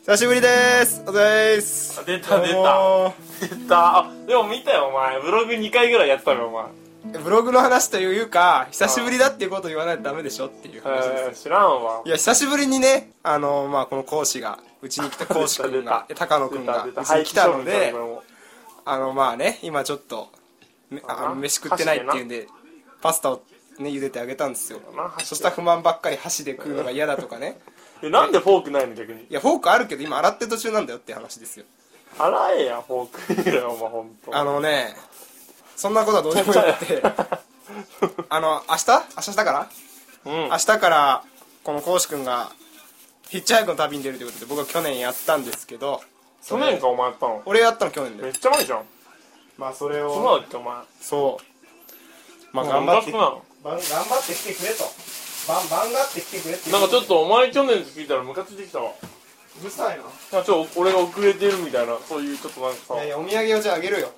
久しぶりですお疲れです出た出どたうも出たあでも見たよお前ブログ2回ぐらいやってたのよお前ーブログの話というか久しぶりだっていうことを言わないとダメでしょっていう話えー、です知らんわいや久しぶりにねあのまあこの講師がうちに来た講師くんが出た高野くんがうちに来たの廃棄処分だでよこれもあのまあね今ちょっとめああの飯食ってないっていうんでパスタをね茹でてあげたんですよな箸でそしたら不満ばっかり箸で食うのが嫌だとかねえなんでフォークないの逆にいやフォークあるけど今洗ってる途中なんだよって話ですよ洗えやフォークぐらいお前ホントあのねそんなことはどうでもよく てあの明日明日だからうん明日からこの講師くんがヒッチハイクの旅に出るということで僕は去年やったんですけど去年かお前やったの俺やったの去年めっでちゃ前じゃんまあそれそんなだっけお前そうまあなん頑か張っムカてつくなばん頑張ってきてくれとばん頑張ってきてくれってなんかちょっとお前去年って聞いたらムカついてきたわうるさいななんかちょっと俺が遅れてるみたいなそういうちょっとなんかさいやいやお土産をじゃああげるよ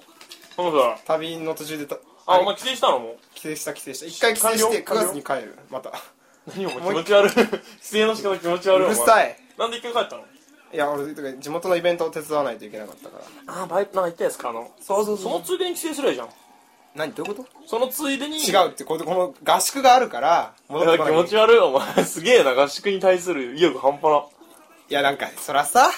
そうだ旅の途中でたあお前帰省したのもう帰省した帰省した一回帰省して9完了月に帰るまた何お前気持ち悪い 帰省の仕方気持ちう悪いるお前さいなんで一回帰ったのいや俺とか地元のイベントを手伝わないといけなかったからあバイトなんか言ったやつかあのそうそうそのついでに帰省すりゃいいじゃん何どういうことそのついでに違うってこのこの合宿があるから戻ってこな気い持ち悪いお前 すげえな合宿に対する意欲半端ないやなんかそらさ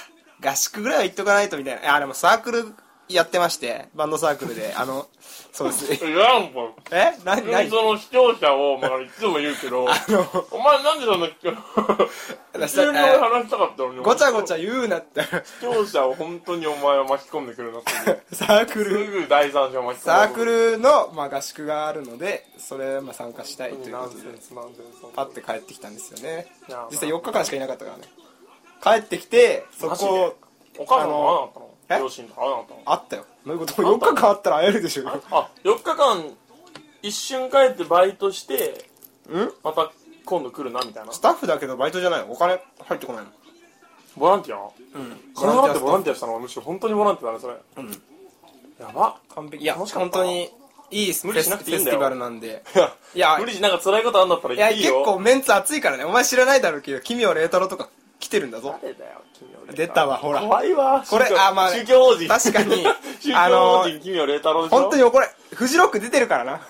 合宿ぐらいは行っとかないとみたいないやでもサークルやってましてバンドサークルであのそうです いやんもんえ何何その視聴者を、まあ、いつも言うけどあのお前なんでそんな普通に俺話したかったのに ごちゃごちゃゃ言うなって視聴者を本当にお前は巻き込んでくるなす ぐサークすルぐ第三者を巻き込むサークルの、まあ、合宿があるのでそれ、まあ、参加したいというナこンとセでンスナンセンスパッて帰ってきたんですよねいや実際4日間しかいなかったからね帰ってきてそマジこでお母さんと会わなかったあののえ両親と会わなかっあったよどういうこと4日間あったら会えるでしょうよたのあ4日間一瞬帰ってバイトしてんまた今度来るなみたいなスタッフだけどバイトじゃないのお金入ってこないのボランティアうんそれ払ってボランティアしたのはむしろ本当にボランティアだねそれんやば完璧いや楽しかっ本た当にいいフ無ェ理スしフなくていェいんステだよィバルなんでいいやや無理しなんか辛いことあんだったらいや言っていい結よ構メンツ熱いからねお前知らないだろうけど奇妙麗太郎とか来てるんだぞ誰だよ君は出たわほら怖いわこれ宗教あまあ宗教王子確かに 宗教あの王子君は麗太郎でしょ本当にこれフジロック出てるからな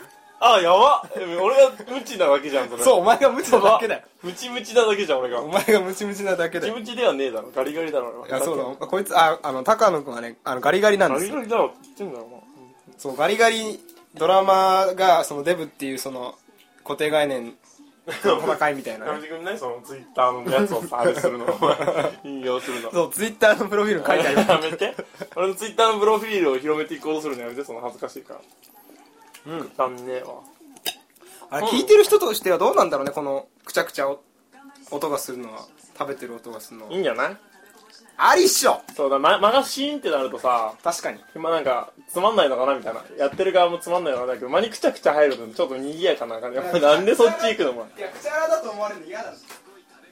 あやばえ俺が無知なだけじゃんそれそうお前が無知なやばだけだよムチムチなだけじゃん俺がおム前がムチムチなだけだチよムチではねえだろガリガリだろ俺はやいそうだこいつああの高野君はねあのガリガリなんガですリよガリだろって言ってんだよおそうガリガリドラマがそのデブっていうその固定概念の戦いみたいな前ねやめてくんないそのツイッターのやつをさあれするのお 前引用するのそう、ツイッターのプロフィール書いてあるよ。やめて俺のツイッターのプロフィールを広めていこうとするのやめてその恥ずかしいからうんくだんねえわあれ、聞いてる人としてはどうなんだろうね、この、くちゃくちゃお音がするのは、食べてる音がするのいは。いんじゃないありっしょそうだ、ま、間がシーンってなるとさ確かに。今なんかつまんないのかなみたいなやってる側もつまんないのかなだけど間にくちゃくちゃ入るとちょっと賑やかな感じお前なんでそっち行くのお前いや、くちゃらだと思われるの嫌だし。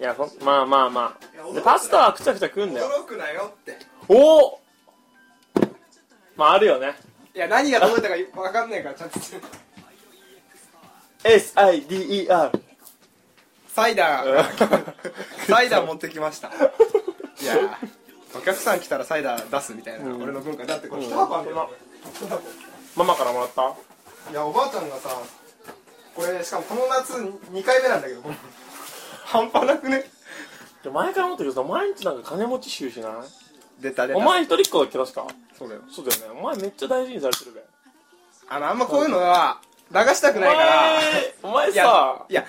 いやそまあまあまあでパスタはくちゃくちゃ食うんだよくなよって。おおまああるよねいや、何が届いたかわかんないから、ちゃんと。 SIDER サイダー、サイダー持ってきました。いやー、お客さん来たらサイダー出すみたいな、俺の文化。だってこれ、一箱あるよ ママからもらったいやおばあちゃんがさこれしかもこの夏2回目なんだけど半端なくねで前から思ってるけどさ毎日なんか金持ち集しない出た出たお前一人っ子だっけ確かそうだよそうだよねお前めっちゃ大事にされてるべあのあんまこういうのは流したくおないから前お前いやさいやい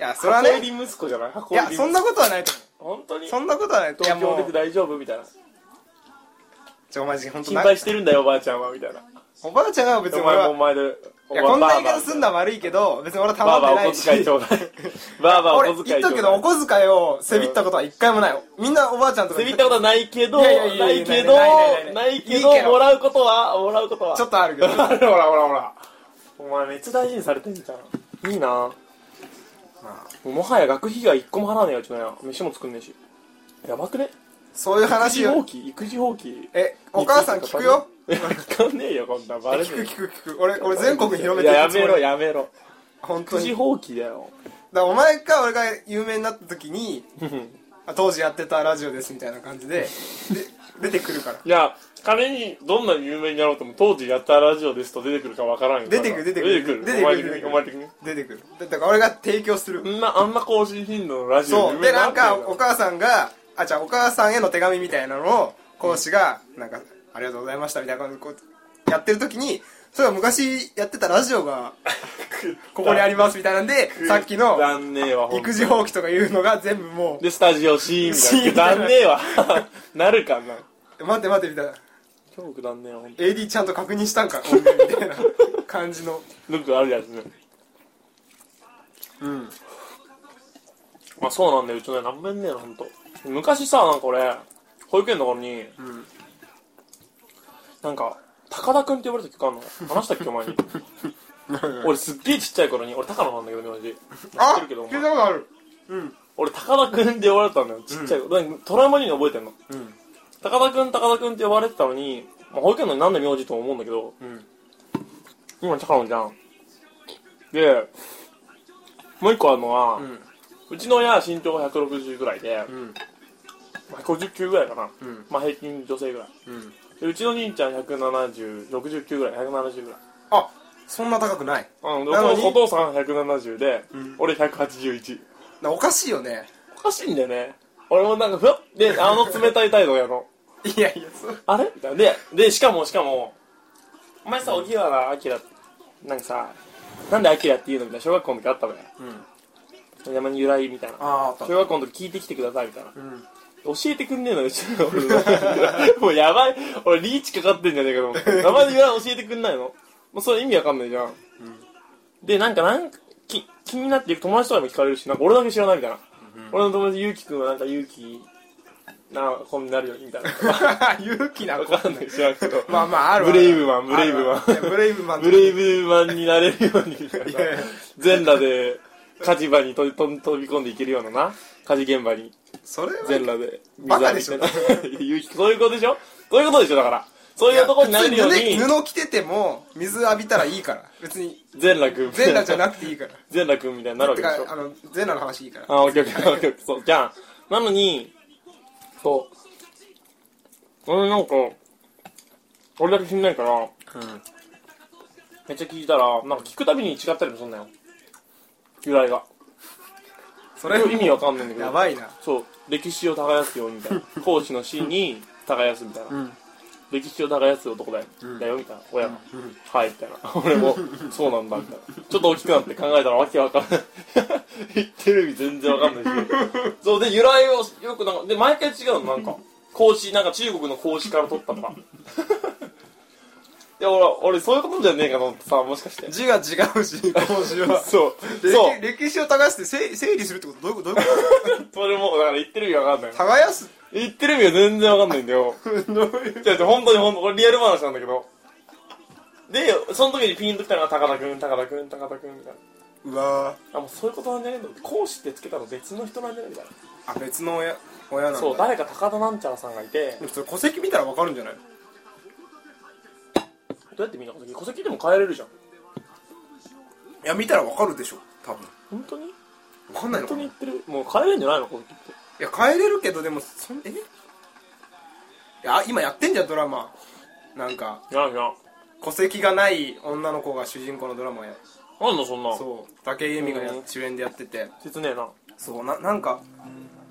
やそれは箱入ねり息子じゃない箱いや入り息子そんなことはないと思本当うにそんなことはないと思う東いや京も出てう大丈夫みたいなちょお前本当心な配してるんだよおばあちゃんはみたいなおばあちゃんは別おに前俺もおは前でいやこんな言い方すんのだは悪いけど別に俺はたばまあっばてあないおし小遣いちょうだいばあばあお俺小遣言っいちとょうくけだどいお小遣いをせびったことは一回もないみんなおばあちゃんとかせびったことはないけどいやいなやいやいやいけないないないどないけどいいけどもらうことはもらうことはちょっとあるけど ほらほらほらほらお前めっちゃ大事にされてんじゃんいいなもうもはや学費が一個も払わねえようちのや飯も作んねえしやばくねそういう育話 児放を棄育児放棄えお母さん聞くよいや聞かねえよこんなんバレ聞てくる聞く聞く俺俺全国に広めて いやいやくつもめりろやめろ本当育に児だか放棄だよらお前か俺が有名になった時にあ当時やってたラジオですみたいな感じでで出てくるから いや仮にどんなに有名になろうとも当時やったラジオですと出てくるかわからんよ出てくる出てくる出てくる出出ててくる出てくるくるお前的に出てくるだだから俺が提供するお前的にあんなあんな更新頻度のラジオそうで有名なんにったかよお母さんがあじゃあお母さんへの手紙みたいなのを講師がなんか「ありがとうございました」みたいな感じでこうやってる時にそれは昔やってたラジオがここにありますみたいなん でさっきの残念は育児放棄とかいうのが全部もでスタジオシーンシーンみみたたいいなな残念は なるかなう「待って待って」みたいな今日くだんねえわほ「んと AD ちゃんと確認したんか」音源みたいな感じのよくあるやつねうんまあそうなんだようちのねなんべんねえなほんと昔さなんか俺保育園の頃にうんなんか高田君って呼ばれた曲あんの話したっけお 前に俺すっげえちっちゃい頃に俺高野なんだけどねマジ知あって聞るけどおいたこ前とあるうん俺高田君って呼ばれてたんだよちっちゃい頃、なんかトラウマに覚えてんのうん高田君高田君って呼ばれてたのに、まあ、保育園のになんで名字とも思うんだけどうん今高野じゃんでもう一個あるのは、ううんちの親は身長が160ぐらいで、うんまあ159ぐらいかな、うんまあ平均女性ぐらいうんでうちの兄ちゃん17069ぐらい170ぐらいあそんな高くないうん、なのにお父さん170で、うん俺181なおかしいよねおかしいんだよね俺もなんかふわっであの冷たい態度やのいやいやそうあれみたいなででしかもしかもお前さ荻原明なんかさなんで明っていうのみたいな小学校の時あったのようん山に由来みたいなあああった小学校の時聞いてきてくださいみたいなうん教えてくんねえのうちの俺の もうやばい俺リーチかかってんじゃねえかと思って名前で由来教えてくんないのもうそれ意味わかんないじゃん、でなんかなんかき気になって友達とかにも聞かれるしなんか俺だけ知らないみたいな、俺の友達ゆうきくんはなんかゆうきな子になるようにみたいな 勇気なわ子かんない知らんけどまあまああるブレイブマンブレイブマンンブレイブマンブレイブマンになれるようにみたいいなやいや全裸で火事場に飛び飛び飛び込んでいけるようなな火事現場にそれ全は裸でバカでしょ水浴びてゆうき そういうことでしょそういうことでしょだからそういうとこになれるよういにや普通布着てても水浴びたらいいから別に全裸くん全裸じゃななくていいから全裸くんみた いになるわてけでしょかあの全裸の話いいからあオッケーオッケーオッケーオッケーそうじゃあなのにそう俺なんか俺だけ知んないからうんめっちゃ聞いたらなんか聞くたびに違ったりもすんなよ由来がそれ意味わかんないんだけどやばいなそう歴史を耕すよみたいな 講師の死に耕すみたいな、ん歴史を耕す男だよ,、だよみたいな親が、はいみたいな俺もそうなんだみたいなちょっと大きくなって考えたらわけわかんない 言ってる意味全然わかんないしそうで由来をよくなんかで毎回違うのなんか孔子なんか中国の孔子から取ったのか いや俺俺そういうことじゃねえかと思ってさもしかして字が違うし講師はそう歴そう歴史を耕して整整理するってことどういうことどういうこそれもうだから言ってる意味わかんないと耕す言ってる意味が全然わかんないんだ よどういう違う違う本当に本当これリアル話なんだけどでその時にピンときたのが高田君高田君高田君みたいなうわあもうそういうことなんじゃねえの講師ってつけたの別の人なんじゃねえみたいなーあ別の親親なんだそう誰か高田なんちゃらさんがいてでもそれ戸籍見たらわかるんじゃないどうやってみんな戸籍戸籍でも変えれるじゃんいや見たらわかるでしょ多分本当にわかんないの本当かなにい言ってるもう変えれるんじゃないの戸籍ってや変えれるけどでもそんえいや今やってんじゃんドラマなんかいやいや戸籍がない女の子が主人公のドラマやなんだそんなそう武井絵美がやうん主演でやってて切ねえなそうななんか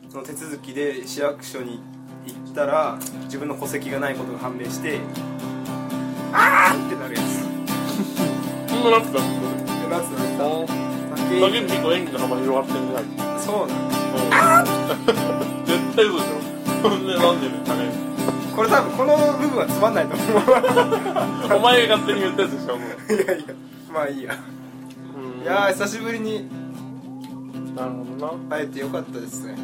その手続きで市役所に行ったら自分の戸籍がないことが判明してあーってなるやつそんななんてたでなつなんだの武竹井内と演技の幅広がってるみたいそうなの絶対嘘でしょほんでなんで高いこれ多分この部分はつまんないと思お前が勝手に言ったやつでしょもうう いやいやまあいいやうんいやー久しぶりになるほどな会えてよかったですね